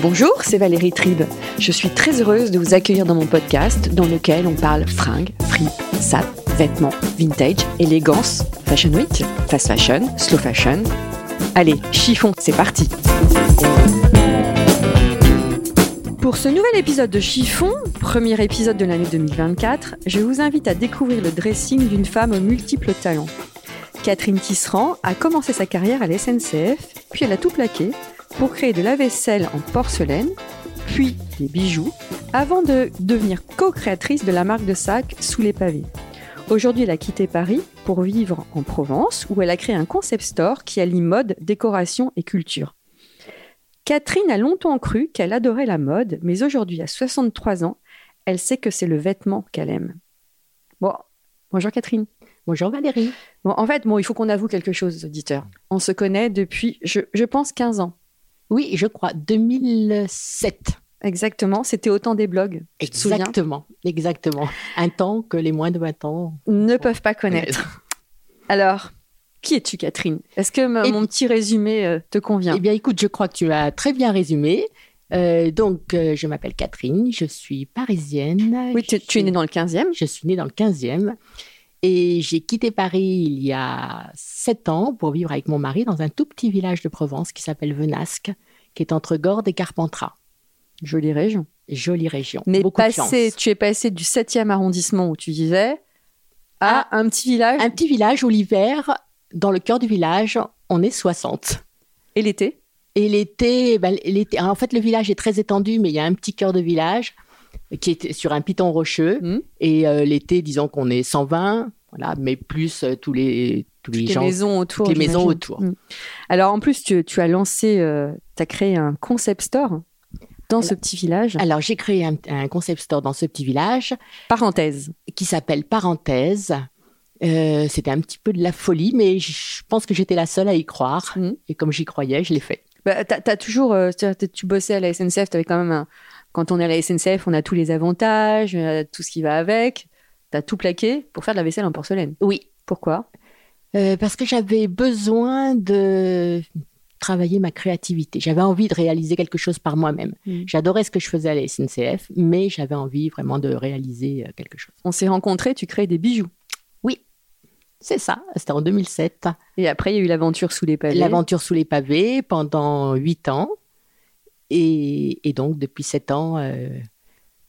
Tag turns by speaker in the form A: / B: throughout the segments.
A: Bonjour, c'est Valérie Tribe. Je suis très heureuse de vous accueillir dans mon podcast dans lequel on parle fringues, fripes, sap, vêtements, vintage, élégance, fashion week, fast fashion, slow fashion. Allez, chiffon, c'est parti Pour ce nouvel épisode de Chiffon, premier épisode de l'année 2024, je vous invite à découvrir le dressing d'une femme aux multiples talents. Catherine Tisserand a commencé sa carrière à la SNCF, puis elle a tout plaqué pour créer de la vaisselle en porcelaine, puis des bijoux, avant de devenir co-créatrice de la marque de sac Sous les pavés. Aujourd'hui, elle a quitté Paris pour vivre en Provence, où elle a créé un concept store qui allie mode, décoration et culture. Catherine a longtemps cru qu'elle adorait la mode, mais aujourd'hui, à 63 ans, elle sait que c'est le vêtement qu'elle aime. Bon, bonjour Catherine.
B: Bonjour Valérie.
A: Bon, en fait, bon, il faut qu'on avoue quelque chose aux auditeurs. On se connaît depuis, je, je pense, 15 ans.
B: Oui, je crois, 2007.
A: Exactement, c'était au temps des blogs. Je te souviens.
B: Exactement, exactement. Un temps que les moins de 20 ans
A: Ne peuvent pas connaître. Alors, qui es-tu, Catherine Est-ce que ma-
B: Eh-
A: mon petit résumé euh, te convient
B: Eh bien, écoute, je crois que tu as très bien résumé. Euh, donc, euh, je m'appelle Catherine, je suis parisienne.
A: Oui, tu, tu
B: Je
A: es
B: suis-
A: née dans le 15e.
B: Je suis née dans le 15e. Et j'ai quitté Paris il y a sept ans pour vivre avec mon mari dans un tout petit village de Provence qui s'appelle Venasque, qui est entre Gordes et Carpentras.
A: Jolie région.
B: Jolie région.
A: Mais
B: Beaucoup de
A: passé,
B: chance.
A: tu es passé du 7e arrondissement où tu vivais à
B: Ah.
A: un petit village
B: Un petit village où l'hiver, dans le cœur du village, on est 60.
A: et l'été.
B: Et l'été, ben, l'été- en fait, le village est très étendu, mais il y a un petit cœur de village qui est sur un piton rocheux.
A: Mhm.
B: Et euh, l'été, disons qu'on est 120, voilà, mais plus euh, tous les, tous les
A: Toutes les
B: gens,
A: maisons autour.
B: toutes les maisons
A: j'imagine.
B: autour.
A: Mm. Alors en plus, tu, tu as lancé, tu as créé un concept store dans ce petit village.
B: Alors, j'ai créé un, un concept store dans ce petit village
A: Parenthèse.
B: qui s'appelle Parenthèse. Euh, C'était un petit peu de la folie, mais je pense que j'étais la seule à y croire.
A: Mhm.
B: Et comme j'y croyais, je l'ai fait.
A: Bah, t'as, t'as toujours, euh, c'est-à-dire que tu bossais à la SNCF, t'avais quand même un. Quand on est à la SNCF, on a tous les avantages, euh, tout ce qui va avec. T'as tout plaqué pour faire de la vaisselle en porcelaine.
B: Oui,
A: Pourquoi
B: Euh, parce que j'avais besoin de travailler ma créativité. J'avais envie de réaliser quelque chose par moi-même.
A: Mm.
B: J'adorais ce que je faisais à la SNCF, mais j'avais envie vraiment de réaliser euh, quelque chose.
A: On s'est rencontrés, tu créais des bijoux.
B: C'est ça, c'était en 2007.
A: Et après, il y a eu l'aventure sous les pavés.
B: L'aventure sous les pavés pendant huit ans. Et, et donc, depuis sept ans, euh,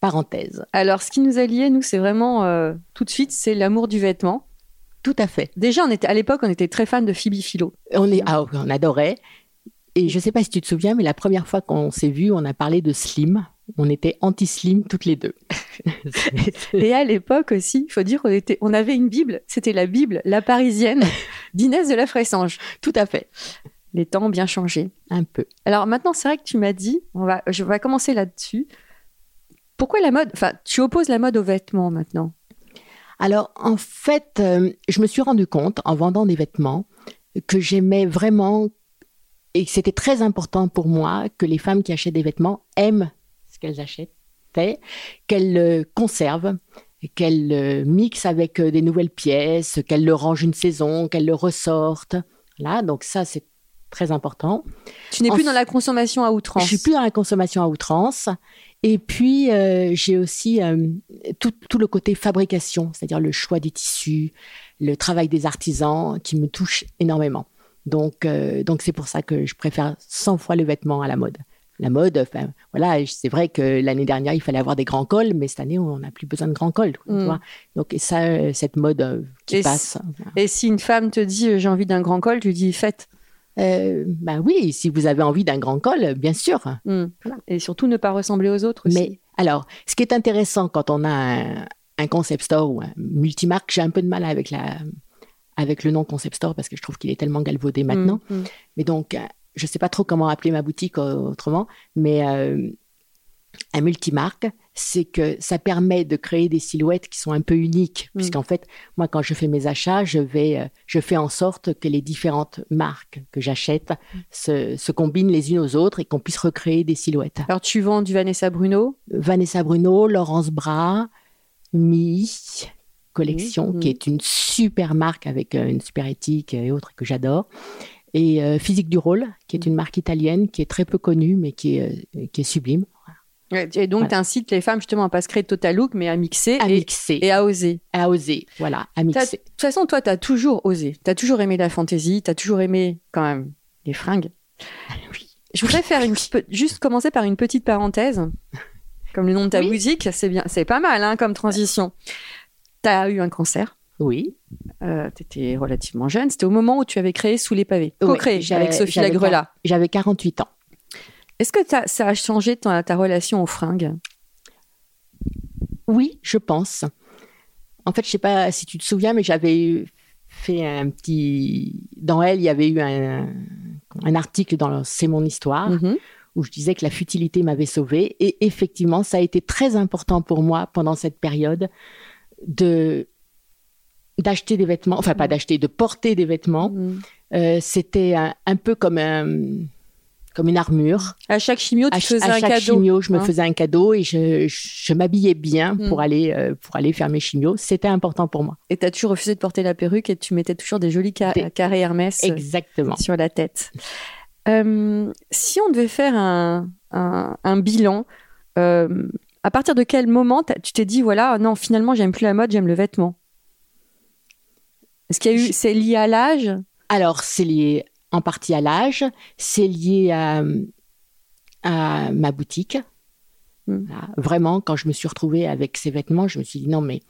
B: parenthèse.
A: Alors, ce qui nous a liés, nous, c'est vraiment euh, tout de suite, c'est l'amour du vêtement.
B: Tout à fait.
A: Déjà, on était, à l'époque, on était très fans de Phoebe Philo.
B: On, est, ah, on adorait. Et je ne sais pas si tu te souviens, mais la première fois qu'on s'est vus, on a parlé de slim. On était anti-slim toutes les deux.
A: Et à l'époque aussi, il faut dire, on, était, on avait une Bible. C'était la Bible, la parisienne, d'Inès de la Fressange.
B: Tout à fait.
A: Les temps ont bien changé.
B: Un peu.
A: Alors maintenant, c'est vrai que tu m'as dit, on va, je vais commencer là-dessus. Pourquoi la mode Enfin, tu opposes la mode aux vêtements maintenant.
B: Alors, en fait, euh, je me suis rendu compte, en vendant des vêtements, que j'aimais vraiment et que c'était très important pour moi que les femmes qui achètent des vêtements aiment ce qu'elles achètent, qu'elles le conservent, qu'elles le mixent avec euh, des nouvelles pièces, qu'elles le rangent une saison, qu'elles le ressortent. Là, donc ça, c'est très important.
A: Tu n'es plus
B: En-
A: dans la consommation à outrance.
B: Je suis plus dans la consommation à outrance. Et puis, euh, j'ai aussi euh, tout, tout le côté fabrication, c'est-à-dire le choix des tissus, le travail des artisans qui me touche énormément. Donc, euh, donc c'est pour ça que je préfère 100 fois le vêtement à la mode. La mode, enfin, voilà, c'est vrai que l'année dernière, il fallait avoir des grands cols, mais cette année, on n'a plus besoin de grands cols. quoi, tu
A: Mm.
B: vois. Donc, et ça, euh, cette mode euh, qui
A: Et
B: passe.
A: Et si une femme te dit euh, j'ai envie d'un grand col, tu dis faites.
B: Euh, bah oui, si vous avez envie d'un grand col, bien sûr.
A: Mmh. Hmm. Et surtout ne pas ressembler aux autres. aussi.
B: Mais alors, ce qui est intéressant quand on a un, un concept store ou un multimarque. J'ai un peu de mal avec, la, avec le nom concept store parce que je trouve qu'il est tellement galvaudé maintenant.
A: Mm, mm.
B: Mais donc, euh, je ne sais pas trop comment appeler ma boutique euh, autrement, mais euh, un multimarque, c'est que ça permet de créer des silhouettes qui sont un peu uniques.
A: Mm.
B: Puisqu'en fait, moi, quand je fais mes achats, je, vais, euh, je fais en sorte que les différentes marques que j'achète
A: Mm.
B: se, se combinent les unes aux autres et qu'on puisse recréer des silhouettes.
A: Alors, tu vends du Vanessa Bruno.
B: Vanessa Bruno, Laurence Bras, Mi Collection,
A: Mhm.
B: qui est une super marque avec euh, une super éthique et autres que j'adore. Et euh, Physique du Rôle, qui
A: Mhm.
B: est une marque italienne qui est très peu connue, mais qui est, euh, qui est sublime.
A: Et donc,
B: Voilà.
A: tu incites les femmes justement à pas se créer de total look, mais à mixer
B: À
A: et,
B: mixer,
A: et à oser.
B: à oser, voilà, à
A: T'as-
B: mixer.
A: De toute façon, toi, tu as toujours osé. Tu as toujours aimé la fantaisie, tu as toujours aimé quand même les fringues. Je voudrais faire une pe- juste commencer par une petite parenthèse. Comme le nom de ta
B: Oui.
A: musique, c'est bien, c'est pas mal hein, comme transition. Tu as eu un cancer,
B: Oui,
A: tu étais relativement jeune, c'était au moment où tu avais créé Sous les pavés, co-créé
B: Ouais, j'avais-
A: avec Sophie
B: j'avais
A: Lagrela.
B: j'avais 48 ans.
A: Est-ce que t'as- ça a changé ta, ta relation aux fringues
B: Oui, je pense. En fait, je sais pas si tu te souviens, mais j'avais eu- fait un petit... Dans elle, il y avait eu un, un article dans le- C'est mon histoire.
A: Mhm.
B: où je disais que la futilité m'avait sauvée. Et effectivement, ça a été très important pour moi pendant cette période de d'acheter des vêtements, enfin
A: Mm.
B: pas d'acheter, de porter des vêtements.
A: Mhm.
B: Euh, C'était un, un peu comme un- comme une armure.
A: À chaque chimio, tu
B: À, ch-
A: faisais
B: à
A: un
B: chaque
A: cadeau.
B: chimio, je me
A: hein.
B: faisais un cadeau et je, je m'habillais bien
A: Mm.
B: pour aller euh, pour aller faire mes chimios. C'était important pour moi.
A: Et t'as toujours refusé de porter la perruque et tu mettais toujours des jolis ca-
B: Des-
A: carrés Hermès euh,
B: Exactement.
A: sur la tête. Euh, si on devait faire un, un- un bilan, euh, à partir de quel moment t'as- tu t'es dit voilà ah non finalement j'aime plus la mode, j'aime le vêtement Est-ce qu'il y a eu
B: Je-
A: c'est lié à l'âge
B: Alors, c'est lié en partie à l'âge, c'est lié à, à ma boutique.
A: Mm.
B: Voilà. Vraiment, quand je me suis retrouvée avec ces vêtements, je me suis dit non, mais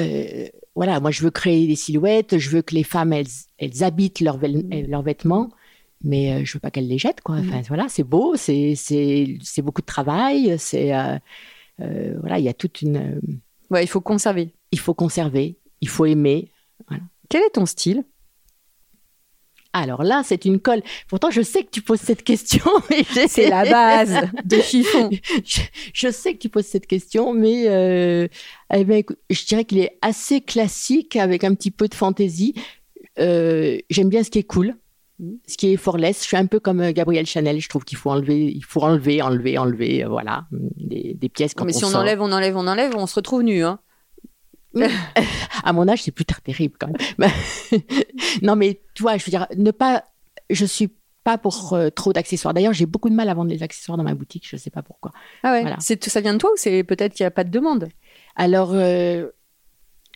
B: euh, voilà, moi je veux créer des silhouettes, je veux que les femmes elles, elles habitent leurs vel-
A: Mm.
B: leurs vêtements, mais euh, je veux pas qu'elles les jettent quoi.
A: Mm.
B: Enfin voilà, c'est beau, c'est c'est c'est beaucoup de travail, c'est euh, euh, voilà, il y a toute une, euh,
A: Ouais, il faut conserver.
B: il faut conserver, il faut aimer,
A: Quel est ton style
B: Alors là, c'est une colle. Pourtant, je sais que tu poses cette question. mais j'ai-
A: C'est la base de chiffon.
B: Je, je sais que tu poses cette question, mais euh, eh ben, écoute, je dirais qu'il est assez classique avec un petit peu de fantaisie. Euh, J'aime bien ce qui est cool, ce qui est forless. Je suis un peu comme euh, Gabrielle Chanel. Je trouve qu'il faut enlever, il faut enlever, enlever, enlever. euh, voilà, des, des pièces quand
A: mais si on
B: sort.
A: enlève, on enlève, on enlève, on se retrouve nu. Hein.
B: À mon âge, c'est plus tard terrible quand même. non, mais tu vois, je veux dire, ne pas. Je suis pas pour euh, trop d'accessoires. D'ailleurs, j'ai beaucoup de mal à vendre les accessoires dans ma boutique. Je sais pas pourquoi.
A: Ah ouais.
B: Voilà.
A: C'est, ça vient de toi ou c'est peut-être qu'il n'y a pas de demande
B: Alors, euh,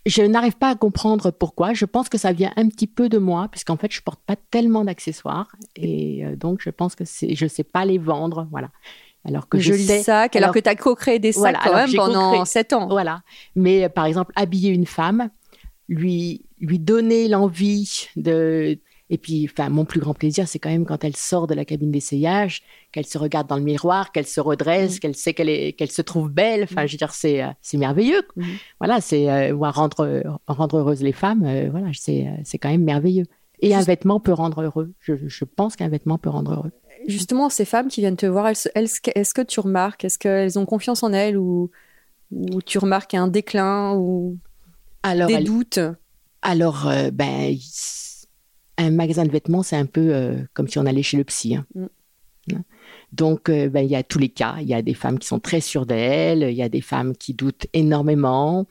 B: je n'arrive pas à comprendre pourquoi. Je pense que ça vient un petit peu de moi, puisqu'en fait, je porte pas tellement d'accessoires et euh, donc je pense que c'est, je sais pas les vendre. Voilà. Alors que je
A: Joli
B: sais.
A: sac, alors,
B: alors-
A: que tu as co-créé des sacs
B: Voilà,
A: quand
B: alors
A: même
B: que j'ai
A: pendant
B: co-créé.
A: 7 ans.
B: Voilà. Mais euh, par exemple, habiller une femme, lui, lui donner l'envie de. Et puis, enfin, mon plus grand plaisir, c'est quand même quand elle sort de la cabine d'essayage, qu'elle se regarde dans le miroir, qu'elle se redresse, qu'elle sait qu'elle est, qu'elle se trouve belle. Enfin, je veux dire, c'est, euh, c'est merveilleux. quoi.
A: Mhm.
B: Voilà, c'est euh, moi, rendre, euh, rendre heureuses les femmes. euh, voilà, c'est, euh, c'est quand même merveilleux. Et un
A: Juste-
B: vêtement peut rendre heureux. Je, je pense qu'un vêtement peut rendre heureux.
A: Justement, ces femmes qui viennent te voir, elles, se- elles- est-ce que tu remarques Est-ce qu'elles ont confiance en elles ou, ou tu remarques un déclin ou
B: Alors,
A: des
B: elle-
A: doutes
B: Alors, euh, ben, il- un magasin de vêtements, c'est un peu euh, comme si on allait chez le psy. hein.
A: Mm.
B: Hein. Donc, euh, ben, il y a tous les cas. Il y a des femmes qui sont très sûres d'elles, il y a des femmes qui doutent énormément.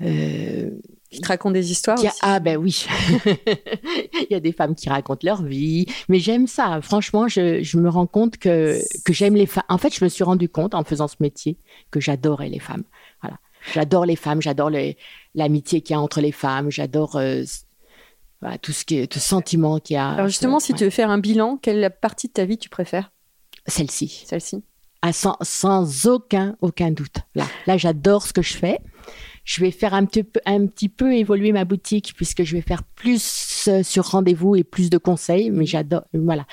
B: Euh,
A: qui te racontent des histoires
B: il y a-
A: aussi
B: ah ben oui, il y a des femmes qui racontent leur vie, mais j'aime ça. Franchement, je, je me rends compte que, que j'aime les femmes. En fait, je me suis rendu compte en faisant ce métier que j'adorais les femmes. Voilà, j'adore les femmes, j'adore les- l'amitié qu'il y a entre les femmes, j'adore euh, c- voilà, tout ce qui est, tout ce sentiment qu'il y a.
A: Alors justement, si
B: Ouais.
A: tu veux faire un bilan, quelle partie de ta vie tu préfères
B: celle-ci,
A: Celle-ci
B: Ah, sans, sans aucun aucun doute. Là, là, j'adore ce que je fais. Je vais faire un petit, peu, un petit peu évoluer ma boutique puisque je vais faire plus euh, sur rendez-vous et plus de conseils. Mais j'adore, voilà.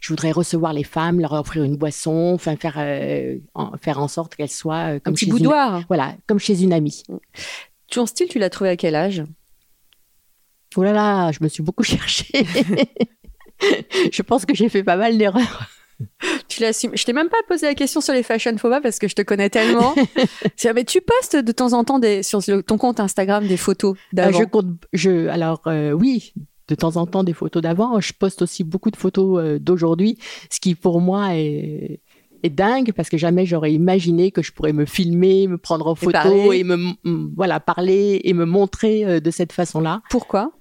B: Je voudrais recevoir les femmes, leur offrir une boisson, enfin faire, euh, en, faire en sorte qu'elles soient euh, comme
A: Un petit
B: chez une-
A: boudoir.
B: voilà, comme chez une amie.
A: Mm. Ton style, tu l'as trouvé à quel âge
B: Oh là là, je me suis beaucoup cherchée. je pense que j'ai fait pas mal d'erreurs.
A: Tu l'assumes. Je t'ai même pas posé la question sur les fashion phobas parce que je te connais tellement. C'est- mais tu postes de temps en temps des, sur le- ton compte Instagram des photos
B: Euh,
A: d'avant.
B: je compte, je, alors euh, oui, de temps en temps des photos d'avant. Je poste aussi beaucoup de photos euh, d'aujourd'hui, ce qui pour moi est, est dingue parce que jamais j'aurais imaginé que je pourrais me filmer, me prendre en photo
A: parler.
B: et, me mm, voilà parler et me montrer euh, de cette façon-là.
A: Pourquoi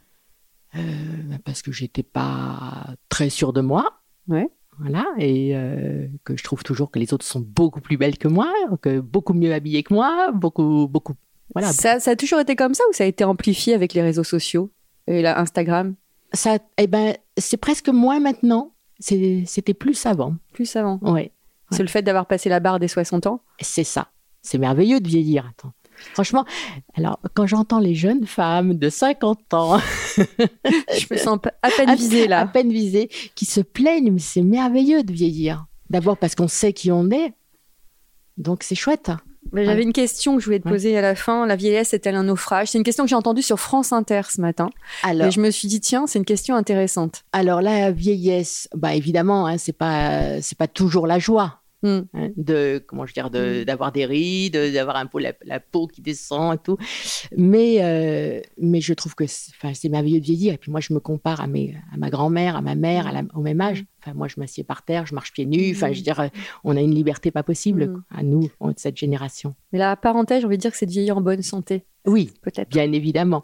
B: Ben, Parce que j'étais pas très sûre de moi.
A: Ouais.
B: Voilà, et euh, que je trouve toujours que les autres sont beaucoup plus belles que moi, que beaucoup mieux habillées que moi, beaucoup, beaucoup. Voilà.
A: ça, ça a toujours été comme ça ou ça a été amplifié avec les réseaux sociaux et la Instagram
B: Ça, eh ben, c'est presque moins maintenant. C'est- C'était plus avant.
A: plus avant
B: Ouais,
A: C'est le fait d'avoir passé la barre des 60 ans.
B: c'est ça. C'est merveilleux de vieillir. Attends. Franchement, alors quand j'entends les jeunes femmes de 50 ans, Euh,
A: Je me sens p- à peine visée
B: à
A: là.
B: peine visées, qui se plaignent, mais c'est merveilleux de vieillir. D'abord parce qu'on sait qui on est, donc c'est chouette.
A: Mais J'avais une question que je voulais te
B: ah, Ouais.
A: poser à la fin. La vieillesse est-elle un naufrage C'est une question que j'ai entendue sur France Inter ce matin.
B: Alors,
A: Et je me suis dit, tiens, c'est une question intéressante.
B: alors la vieillesse, bah évidemment, hein, c'est pas c'est pas toujours la joie.
A: Hmm.
B: hein, de comment je veux dire de- d'avoir des rides d'avoir un peu la, la peau qui descend et tout mais euh, mais je trouve que c'est- enfin c'est merveilleux de vieillir et puis moi je me compare à mes à ma grand-mère à ma mère à la- au même
A: Hmm.
B: âge enfin moi je m'assieds par terre je marche pieds nus enfin je veux dire euh, on a une liberté pas possible
A: Mm.
B: quoi, à nous on est de cette génération
A: Mais la parenthèse, j'ai envie de dire que c'est de vieillir en bonne santé,
B: oui
A: peut-être.
B: bien évidemment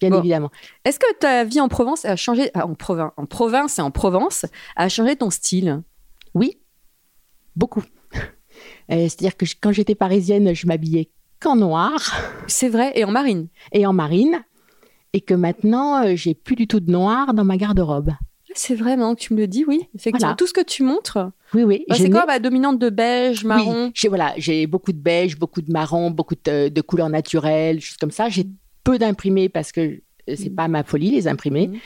B: bien
A: Bon.
B: évidemment
A: Est-ce que ta vie en Provence a changé ah, en province, en province et en Provence a changé ton style
B: Oui, beaucoup. Euh, C'est-à-dire que je- quand j'étais parisienne, je m'habillais qu'en noir
A: C'est vrai et en marine.
B: et en marine, et que maintenant, euh, j'ai plus du tout de noir dans ma garde-robe.
A: Ah, C'est vrai maintenant que tu me le dis, oui. Effectivement,
B: Voilà.
A: tout ce que tu montres,
B: Oui, oui.
A: bah,
B: je
A: c'est
B: n'ai-
A: quoi bah, dominante de beige,
B: Oui,
A: marron.
B: j'ai voilà, j'ai beaucoup de beige, beaucoup de marron, beaucoup de, de couleurs naturelles, choses comme ça. J'ai peu d'imprimés parce que euh,
A: Mmh.
B: c'est pas ma folie les imprimés.
A: Mm.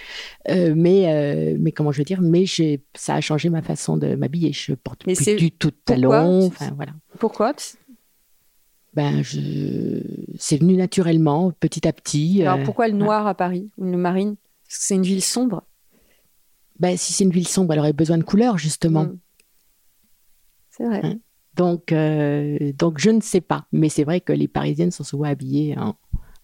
B: Euh, mais euh, mais comment je veux dire, mais j'ai ça a changé ma façon de m'habiller. Je porte
A: Mais c'est-
B: plus du tout de
A: pourquoi
B: talons. Enfin voilà.
A: Pourquoi
B: Ben, je... c'est venu naturellement, petit à petit.
A: Alors
B: euh,
A: pourquoi le noir à Paris ou le marine Parce que c'est une ville sombre.
B: ben, si c'est une ville sombre, elle aurait besoin de couleurs, justement.
A: Mm. C'est vrai.
B: Hein. Donc, euh, donc, je ne sais pas. Mais c'est vrai que les Parisiennes sont souvent habillées en,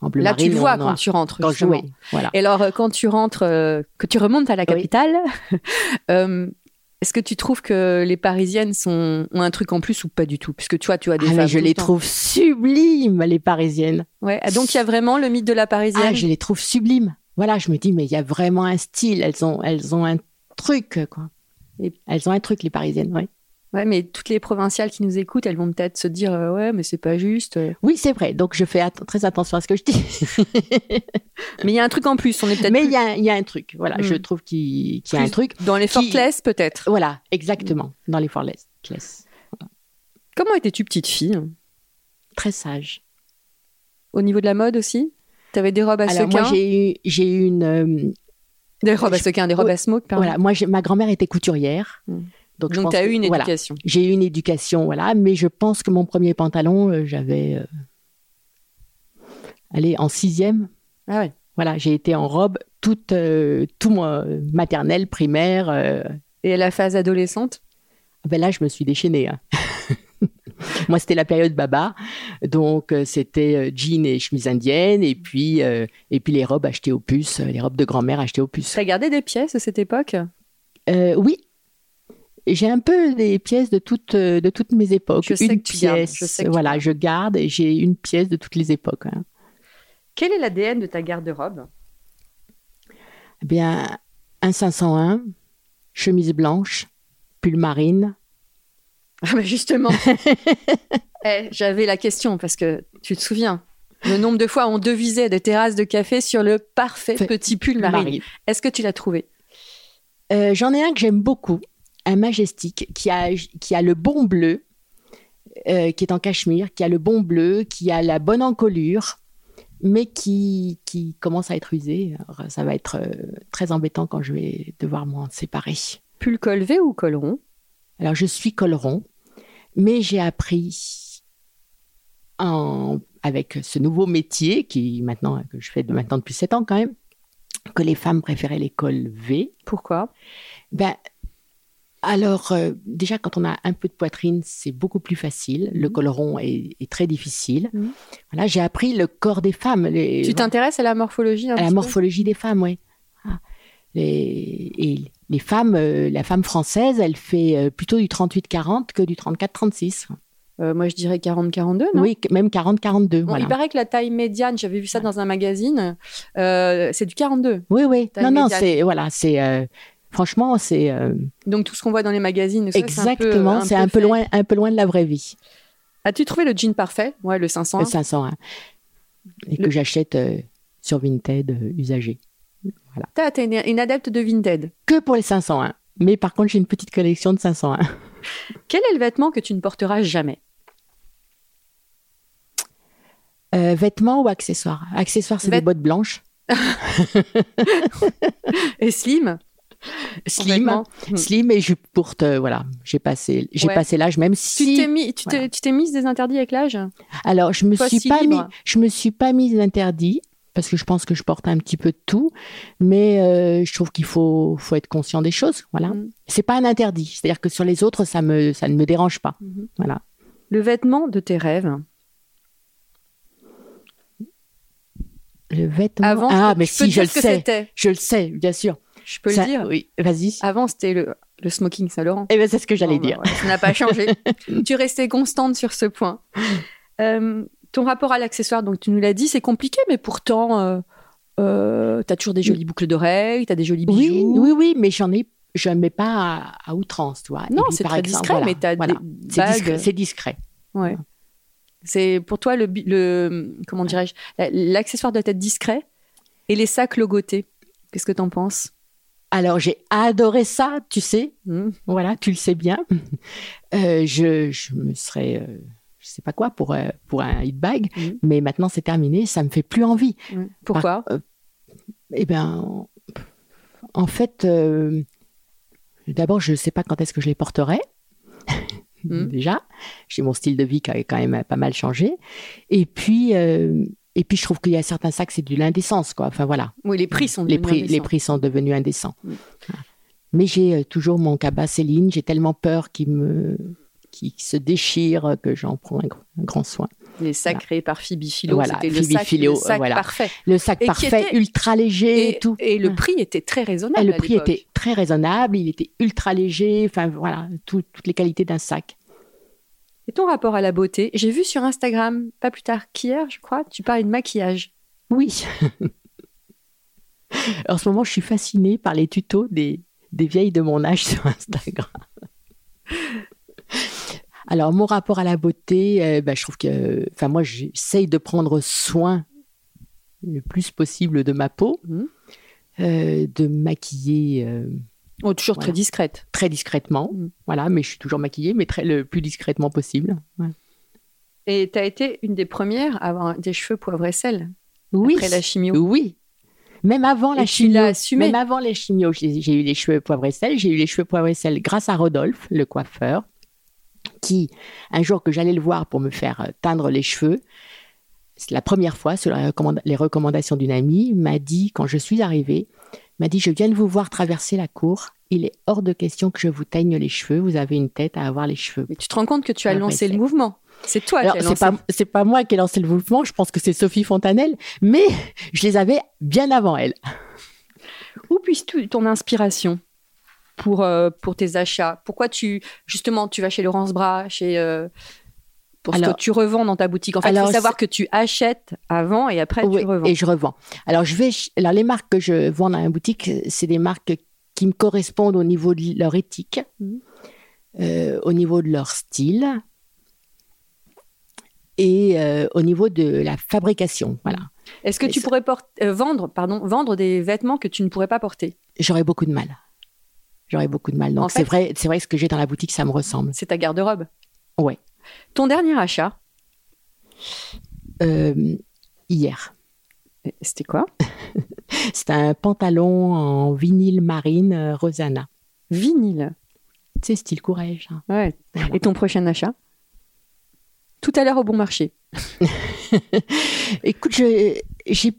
B: en bleu
A: Là,
B: marine
A: tu le
B: ou en
A: vois quand
B: noir.
A: tu rentres.
B: Quand je
A: justement.
B: oui, voilà.
A: Et alors, euh, quand tu rentres, euh, que tu remontes à la capitale, euh, est-ce que tu trouves que les Parisiennes sont, ont un truc en plus ou pas du tout Puisque tu vois, tu as des
B: Ah, mais
A: femmes tout
B: je
A: le
B: les
A: temps.
B: trouve sublimes, les Parisiennes.
A: Ouais. Ah, Donc, il y a vraiment le mythe de la Parisienne.
B: Ah, je les trouve sublimes. Voilà, je me dis, mais il y a vraiment un style. Elles ont, elles ont un truc, quoi.
A: Et-
B: Elles ont un truc, les Parisiennes, oui.
A: Ouais, mais toutes les provinciales qui nous écoutent, elles vont peut-être se dire euh, Ouais, mais c'est pas juste. euh.
B: Oui, c'est vrai. Donc, je fais atten- très attention à ce que je dis.
A: Mais il y a un truc en plus. On est peut-être
B: Mais il
A: plus-
B: y, a- il y a un truc, voilà,
A: Mm.
B: je trouve qu'il qu'il y a un
A: Plus-
B: truc.
A: dans les Fortless, peut-être.
B: Voilà, exactement, dans les Forless. Yes.
A: Comment étais-tu petite fille
B: Très sage.
A: Au niveau de la mode aussi T'avais des robes à
B: Alors moi
A: sequins
B: j'ai eu, j'ai eu une, euh,
A: Des robes à sequins, des robes
B: Oui.
A: à smoke, pardon.
B: voilà, moi j'ai- ma grand-mère était couturière,
A: Mm.
B: donc, je
A: Donc,
B: pense
A: tu as
B: que-
A: eu une
B: voilà.
A: éducation.
B: J'ai eu une éducation, voilà, mais je pense que mon premier pantalon, euh, j'avais, euh, allez, en sixième,
A: Ah ouais.
B: voilà, j'ai été en robe toute, euh, tout moi, maternelle, primaire. euh,
A: Et à la phase adolescente
B: Ben là, je me suis déchaînée. hein. Moi, c'était la période baba, donc euh, c'était euh, jeans et chemise indienne, et puis euh, et puis les robes achetées aux puces, euh, les robes de grand-mère achetées aux puces.
A: T'as gardé des pièces à cette époque
B: Euh, oui, j'ai un peu des pièces de toutes euh, de toutes mes époques.
A: Je sais
B: une
A: que tu
B: pièce,
A: gardes, je sais que tu
B: voilà, je garde et j'ai une pièce de toutes les époques. hein.
A: Quel est l'ADN de ta garde-robe
B: Eh bien, un 501, chemise blanche, pull marine.
A: Ah bah justement Eh, J'avais la question parce que tu te souviens le nombre de fois on devisait des terrasses de café sur le parfait
B: Fait-
A: petit pull
B: pull
A: marine. Est-ce que tu l'as trouvé
B: Euh, j'en ai un que j'aime beaucoup, un majestique qui a, qui a le bon bleu, euh, qui est en cachemire, qui a le bon bleu, qui a la bonne encolure, mais qui, qui commence à être usé. Alors, ça va être euh, très embêtant quand je vais devoir m'en séparer.
A: Pull col V ou col rond
B: Alors, je suis col rond, mais j'ai appris en- avec ce nouveau métier qui maintenant que je fais de maintenant depuis 7 ans quand même que les femmes préféraient les cols V.
A: Pourquoi
B: Ben alors euh, déjà quand on a un peu de poitrine, c'est beaucoup plus facile. Le col rond est, est très difficile.
A: Mhm.
B: Voilà, j'ai appris le corps des femmes. Les-
A: Tu t'intéresses à la morphologie un
B: à la
A: petit peu
B: morphologie des femmes, oui. Ah. Les, et les femmes, euh, la femme française, elle fait euh, plutôt du 38-40 que du 34-36.
A: Euh, Moi, je dirais 40-42, non bah,
B: Oui, que- même 40-42.
A: Bon,
B: voilà.
A: Il paraît que la taille médiane, j'avais vu ça dans un magazine, euh, c'est du 42.
B: Oui, oui.
A: Taille
B: Non, non,
A: médiane.
B: c'est voilà, c'est euh, franchement, c'est euh,
A: Donc tout ce qu'on voit dans les magazines, ça, c'est un peu-
B: exactement, c'est un peu
A: fait.
B: loin, un peu loin de la vraie vie.
A: As-tu trouvé le jean parfait Ouais, le 500.
B: Le 500, hein. et
A: Le-
B: que j'achète euh, sur Vinted euh, usagé.
A: T'as- T'es une, une adepte de Vinted.
B: Que pour les 501. Mais par contre, j'ai une petite collection de hein. 501.
A: Quel est le vêtement que tu ne porteras jamais
B: Euh, vêtements ou accessoires Accessoires, c'est
A: Vêt-
B: des bottes blanches.
A: Et slim
B: Slim, slim et jupe courte. euh, voilà, j'ai passé, j'ai
A: Ouais.
B: passé l'âge. Même
A: Tu t'es
B: si,
A: mis, tu t'es-
B: Voilà.
A: tu t'es mise des interdits avec l'âge
B: alors je me
A: Toi,
B: suis
A: si
B: pas
A: libre.
B: mis, je me suis pas mise interdit parce que je pense que je porte un petit peu de tout, mais euh, je trouve qu'il faut, faut être conscient des choses. Voilà,
A: Mm.
B: c'est pas un interdit. C'est-à-dire que sur les autres, ça me, ça ne me dérange pas.
A: Mhm.
B: Voilà.
A: Le vêtement de tes rêves.
B: Le vêtement.
A: Avant,
B: ah,
A: je-
B: mais
A: je peux
B: si,
A: te
B: je
A: dire
B: le
A: ce que
B: sais,
A: c'était.
B: je le sais, bien sûr.
A: Je peux
B: Ça-
A: le dire. Ah.
B: Oui, vas-y.
A: Avant, c'était le, le smoking Saint-Laurent.
B: Eh ben, c'est ce que j'allais
A: Bon, ben
B: dire.
A: voilà, ça n'a pas changé. tu restais constante sur ce point. Euh, ton rapport à l'accessoire, donc tu nous l'as dit, c'est compliqué, mais pourtant, euh, euh, t'as toujours des jolies boucles d'oreilles, t'as des jolis
B: Oui,
A: bijoux.
B: oui, oui, mais j'en ai, je ne mets pas à, à outrance, tu vois. Et
A: Non,
B: puis,
A: c'est
B: par
A: très
B: exemple,
A: discret,
B: voilà,
A: mais t'as
B: voilà.
A: des
B: C'est
A: bagues.
B: discret, c'est discret.
A: Ouais. C'est pour toi le, bi- le comment dirais-je, la- l'accessoire doit être discret et les sacs logotés. Qu'est-ce que t'en penses
B: Alors j'ai adoré ça, tu sais.
A: Hmm.
B: Voilà, tu le sais bien. Euh, je, je me serais, euh, je sais pas quoi pour euh, pour un hit bag,
A: Mhm.
B: mais maintenant c'est terminé, ça me fait plus envie.
A: Hmm. Pourquoi
B: Eh ben, en fait, euh, d'abord je sais pas quand est-ce que je les porterai.
A: Mhm.
B: Déjà, j'ai mon style de vie qui a quand même pas mal changé. Et puis. euh, et puis je trouve qu'il y a certains sacs, c'est de l'indécence, quoi. Enfin voilà.
A: Oui, les prix sont
B: les
A: devenus
B: prix, les
A: indécents.
B: prix sont devenus indécents.
A: Mm.
B: Voilà. Mais j'ai euh, toujours mon cabas Céline. J'ai tellement peur qu'il me, qu'il se déchire euh, que j'en prends un, gr- un grand soin.
A: Les sacs
B: Voilà.
A: créés par Phoebe Philo,
B: Voilà,
A: c'était le
B: Phoebe
A: sac,
B: Philo,
A: le sac
B: voilà.
A: parfait.
B: Le sac
A: Et qui
B: parfait,
A: était-
B: ultra léger et, tout.
A: et le
B: Ouais.
A: prix était très raisonnable.
B: Et le
A: à
B: prix
A: l'époque.
B: était très raisonnable. Il était ultra léger. Enfin voilà, tout- toutes les qualités d'un sac.
A: Et ton rapport à la beauté J'ai vu sur Instagram, pas plus tard qu'hier, je crois, tu parlais de maquillage.
B: Oui. en ce moment, je suis fascinée par les tutos des, des vieilles de mon âge sur Instagram. Alors, mon rapport à la beauté, euh, bah, je trouve que. Enfin, moi, j'essaye de prendre soin le plus possible de ma peau,
A: Mhm.
B: euh, de me maquiller euh,
A: Oh, toujours
B: Voilà.
A: très discrète.
B: très discrètement.
A: Mhm.
B: Voilà, mais je suis toujours maquillée, mais très, le plus discrètement possible. Ouais.
A: Et tu as été une des premières à avoir des cheveux poivre et sel
B: Oui.
A: après la chimio.
B: Oui. Même avant la
A: Et tu
B: chimio.
A: l'as assumé.
B: Même avant les chimio, j'ai j'ai eu les cheveux poivre et sel. J'ai eu les cheveux poivre et sel grâce à Rodolphe, le coiffeur, qui, un jour que j'allais le voir pour me faire euh, teindre les cheveux, c'est la première fois, sur la recommanda- les recommandations d'une amie, m'a dit, quand je suis arrivée, m'a dit Je viens de vous voir traverser la cour. Il est hors de question que je vous teigne les cheveux. Vous avez une tête à avoir les cheveux.
A: Ah, Mais tu te rends compte que tu as
B: Poivre et
A: lancé le
B: sel.
A: mouvement. C'est toi
B: Alors,
A: qui as
B: c'est
A: lancé.
B: pas, c'est pas moi qui ai lancé le mouvement, je pense que c'est Sophie Fontanelle, mais je les avais bien avant elle.
A: Où puisses-tu ton inspiration pour, euh, pour tes achats Pourquoi tu, justement, tu vas chez Laurence Bras, chez. euh, pour ce
B: Alors-
A: que tu revends dans ta boutique. En fait, il faut
B: Alors,
A: savoir que tu achètes avant et après
B: Oui,
A: Ah, tu revends.
B: et je revends. Alors, je vais, ch- alors, les marques que je vends dans la boutique, c'est des marques qui me correspondent au niveau de leur éthique,
A: Mhm.
B: euh, au niveau de leur style et euh, au niveau de la fabrication. Voilà.
A: Est-ce que
B: Mais
A: tu
B: ça-
A: pourrais port- euh, vendre, pardon, vendre des vêtements que tu ne pourrais pas porter
B: J'aurais beaucoup de mal. J'aurais beaucoup de mal.
A: En
B: Donc,
A: fait-
B: c'est vrai, c'est vrai que ce que j'ai dans la boutique, ça me ressemble.
A: C'est ta garde-robe.
B: Ouais.
A: Ton dernier achat
B: Euh, hier.
A: C'était quoi
B: C'était un pantalon en vinyle marine euh, Rosanna.
A: Vinyle.
B: Tu sais, style courage. hein.
A: Ouais.
B: Voilà.
A: Et ton prochain achat Tout à l'heure au bon marché.
B: Écoute, je j'ai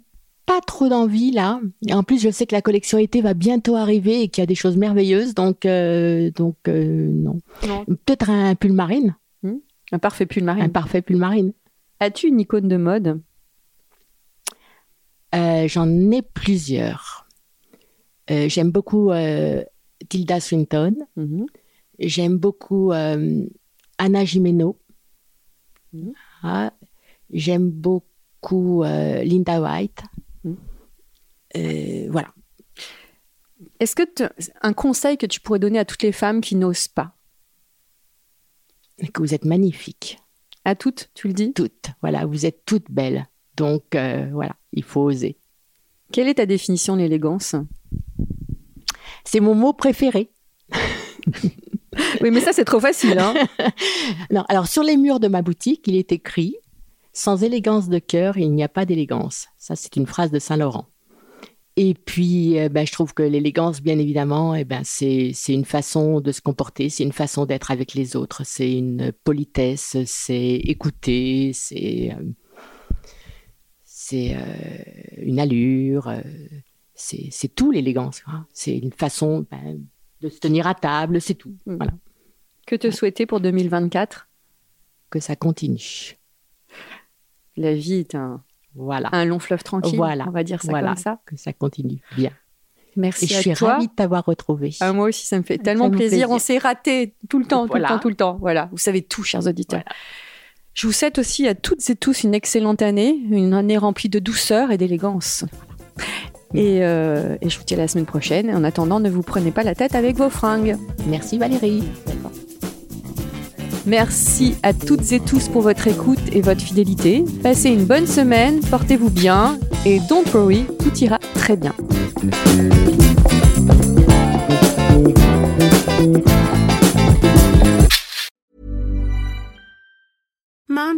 B: pas trop d'envie là. Et En plus, je sais que la collection été va bientôt arriver et qu'il y a des choses merveilleuses, donc euh, donc euh, non.
A: Non.
B: Peut-être un pull marine,
A: Un parfait pull
B: un
A: marine.
B: parfait pull marine.
A: As-tu une icône de mode
B: Euh, J'en ai plusieurs. Euh, J'aime beaucoup euh, Tilda Swinton.
A: Mhm.
B: J'aime beaucoup euh, Anna Jimeno.
A: Mhm.
B: Ah, J'aime beaucoup euh, Linda White.
A: Mhm.
B: Euh, voilà.
A: Est-ce que te- un conseil que tu pourrais donner à toutes les femmes qui n'osent pas
B: Que vous êtes magnifiques,
A: À toutes, tu le dis
B: toutes. Voilà, vous êtes toutes belles. Donc euh, voilà, il faut oser.
A: Quelle est ta définition de l'élégance
B: C'est mon mot préféré.
A: Oui, mais ça, c'est trop facile. hein.
B: Non, alors sur les murs de ma boutique, il est écrit Sans élégance de cœur, il n'y a pas d'élégance. Ça, c'est une phrase de Saint Laurent. Et puis, euh, ben, je trouve que l'élégance, bien évidemment, eh ben, c'est c'est une façon de se comporter, c'est une façon d'être avec les autres, c'est une politesse, c'est écouter, c'est euh, c'est, euh, une allure, euh, c'est c'est tout l'élégance. quoi. C'est une façon ben, de se tenir à table, c'est tout.
A: Mm.
B: Voilà,
A: Que te souhaiter pour 2024
B: que ça continue.
A: La vie est un,
B: Voilà.
A: un long fleuve tranquille.
B: Voilà.
A: On va dire ça
B: Voilà.
A: comme ça.
B: que ça continue bien.
A: Merci
B: Et je
A: à
B: suis
A: toi.
B: ravie de t'avoir retrouvée.
A: Ah, moi aussi, ça me fait tellement
B: Ça me fait
A: plaisir. On
B: plaisir.
A: s'est raté tout le temps,
B: Voilà.
A: tout le temps, tout le temps. Voilà, vous savez tout, chers auditeurs. Je vous souhaite aussi à toutes et tous une excellente année, une année remplie de douceur et d'élégance. Et, euh, et je vous dis à la semaine prochaine. En attendant, ne vous prenez pas la tête avec vos fringues.
B: Merci Valérie.
A: Merci à toutes et tous pour votre écoute et votre fidélité. Passez une bonne semaine, portez-vous bien et don't worry, tout ira très bien.
C: Mom